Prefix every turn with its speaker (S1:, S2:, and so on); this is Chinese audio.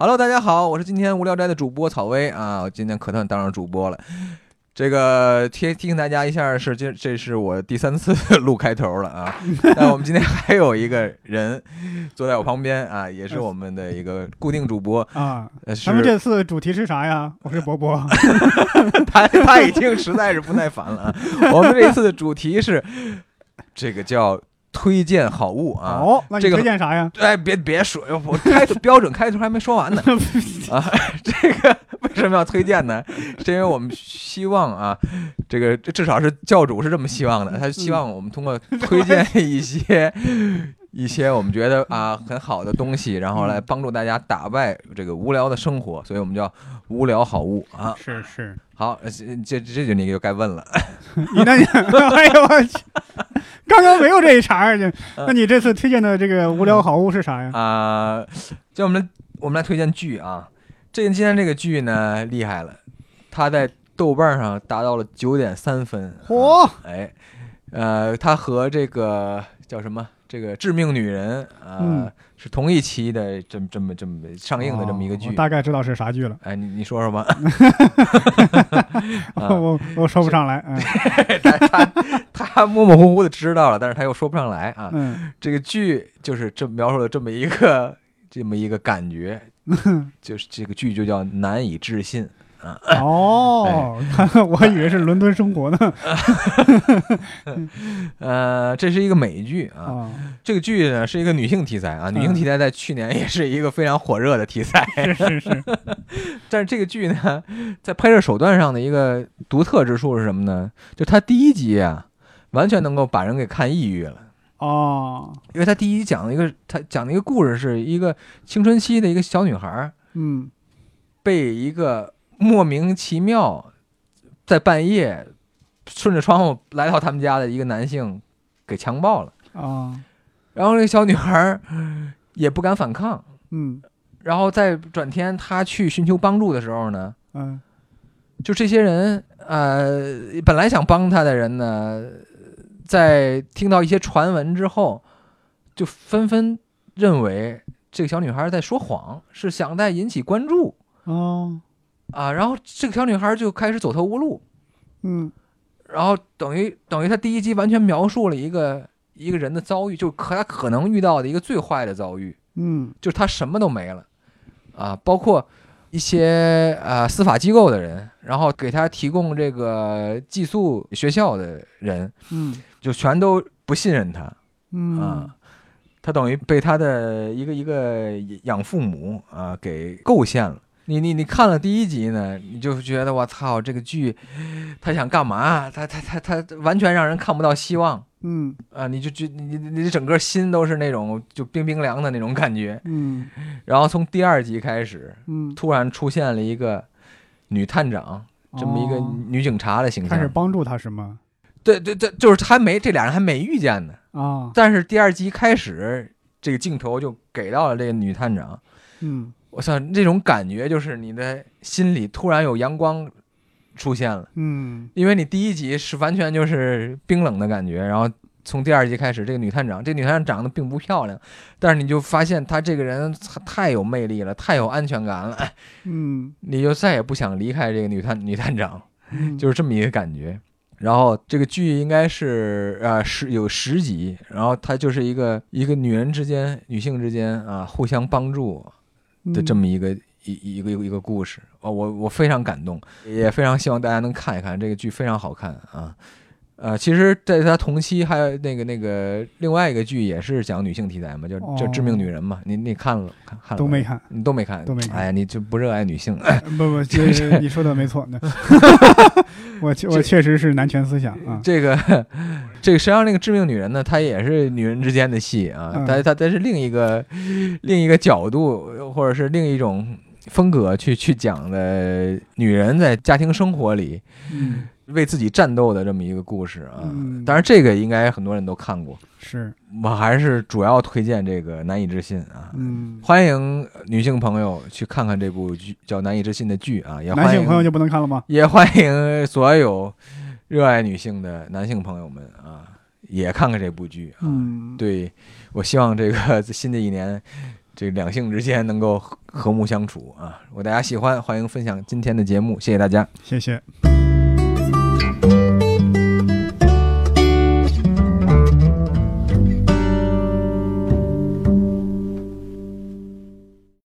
S1: Hello，大家好，我是今天无聊斋的主播草薇啊，我今天可算当上主播了。这个提提醒大家一下是，这这是我第三次 录开头了啊。但我们今天还有一个人坐在我旁边啊，也是我们的一个固定主播，
S2: 啊，
S1: 呃
S2: 咱们
S1: 是啊
S2: 这次主题是啥呀？我是博博，
S1: 他他已经实在是不耐烦了啊。我们这一次的主题是这个叫推荐好物啊。
S2: 哦，那
S1: 这
S2: 你
S1: 个
S2: 推荐啥呀？
S1: 哎，别别说，我开头标准开头还没说完呢啊！这个为什么要推荐呢？是因为我们希望啊，这个至少是教主是这么希望的，他希望我们通过推荐一些一些我们觉得啊很好的东西，然后来帮助大家打败这个无聊的生活，所以我们叫无聊好物啊。
S2: 是是，
S1: 好，呃这这这就你就该问了，
S2: 你那你， 哎呦我去，刚刚没有这一茬儿就，那你这次推荐的这个无聊好物是啥呀？
S1: 啊、就我们我们来推荐剧啊，这今天这个剧呢厉害了，它在豆瓣上达到了九点三分，啊
S2: 嚯，
S1: 哎，呃，它和这个叫什么这个《致命女人》啊、
S2: 嗯
S1: 是同一期的这么这么这么上映的这么一个
S2: 哦
S1: 剧，
S2: 我大概知道是啥剧了，
S1: 哎，你你说说吧， 啊
S2: 我我说不上来，嗯
S1: 他模模糊糊的知道了，但是他又说不上来啊，
S2: 嗯，
S1: 这个剧就是这描述了这么一个这么一个感觉，
S2: 嗯
S1: 就是这个剧就叫难以置信。啊
S2: 哦，
S1: 哎
S2: 我以为是伦敦生活呢，
S1: 呃，这是一个美剧啊，
S2: 啊，
S1: 这个剧呢是一个女性题材啊，女性
S2: 嗯
S1: 题材在去年也是一个非常火热的题材，
S2: 是是是，
S1: 但是这个剧呢，在拍摄手段上的一个独特之处是什么呢？就它第一集啊，完全能够把人给看抑郁了。
S2: 哦，
S1: 因为它第一集讲了一个，它讲的一个故事是一个青春期的一个小女孩儿
S2: 嗯，
S1: 被一个莫名其妙在半夜顺着窗户来到他们家的一个男性给强暴了。
S2: 啊，
S1: 然后这个小女孩儿也不敢反抗。
S2: 嗯
S1: 然后在转天她去寻求帮助的时候呢，
S2: 嗯，
S1: 就这些人，呃，本来想帮她的人呢，在听到一些传闻之后，就纷纷认为这个小女孩在说谎，是想在引起关注
S2: 哦，
S1: 啊。然后这个小女孩就开始走投无路，
S2: 嗯
S1: 然后等于等于她第一集完全描述了一个一个人的遭遇，就是可她可能遇到的一个最坏的遭遇。
S2: 嗯，
S1: 就是他什么都没了，啊，包括一些呃司法机构的人，然后给他提供这个寄宿学校的人，
S2: 嗯
S1: 就全都不信任他
S2: 嗯
S1: 啊，，他等于被他的一个一个养父母啊给构陷了。你你你看了第一集呢，你就觉得我操，这个剧他想干嘛？他他他他完全让人看不到希望
S2: 嗯
S1: 啊！你就觉你你你你整个心都是那种就冰冰凉的那种感觉。
S2: 嗯
S1: 然后从第二集开始，
S2: 嗯，
S1: 突然出现了一个女探长这么一个
S2: 哦
S1: 女警察的形
S2: 开始
S1: 象。
S2: 帮助他是吗？
S1: 对对对，就是还没这俩人还没遇见呢，
S2: 啊，
S1: 但是第二集开始，这个镜头就给到了这个女探长。
S2: 嗯
S1: 我操，这种感觉就是你的心里突然有阳光出现了，
S2: 嗯
S1: 因为你第一集是完全就是冰冷的感觉，然后。从第二集开始，这个女探长，这女探长长得并不漂亮，但是你就发现她这个人她太有魅力了，太有安全感了，
S2: 嗯，
S1: 你就再也不想离开这个女探女探长，
S2: 嗯
S1: 就是这么一个感觉。然后这个剧应该是啊十有十集，然后它就是一个一个女人之间、女性之间啊互相帮助的这
S2: 嗯
S1: 么一个、一一个一个一个故事哦，我我非常感动，也非常希望大家能看一看这个剧，非常好看啊。呃，其实，在它同期还有那个那个另外一个剧也是讲女性题材嘛，叫叫《致命女人》嘛，你你看了看看了
S2: 哦都
S1: 吗
S2: 没看，
S1: 你都没看，
S2: 都没看
S1: 哎呀，你就不热爱女性。
S2: 不不，这是你说的没错。 那我确我确实是男权思想啊。
S1: 这个，这个实际上那个致命女人呢，她也是女人之间的戏啊
S2: 嗯，
S1: 但她她是另一个另一个角度，或者是另一种风格去去讲的女人在家庭生活里
S2: 嗯，
S1: 为自己战斗的这么一个故事啊。
S2: 嗯
S1: 当然，这个应该很多人都看过，
S2: 是，
S1: 我还是主要推荐这个《难以置信》啊。
S2: 嗯，
S1: 欢迎女性朋友去看看这部剧，叫《难以置信》的剧啊，也
S2: 男
S1: 欢
S2: 性
S1: 迎
S2: 朋友就不能看了吗？
S1: 也欢迎所有热爱女性的男性朋友们啊，也看看这部剧啊。
S2: 嗯，
S1: 对，我希望这个新的一年，这两性之间能够和和睦相处啊。如果大家喜欢，欢迎分享今天的节目，谢谢大家。
S2: 谢谢。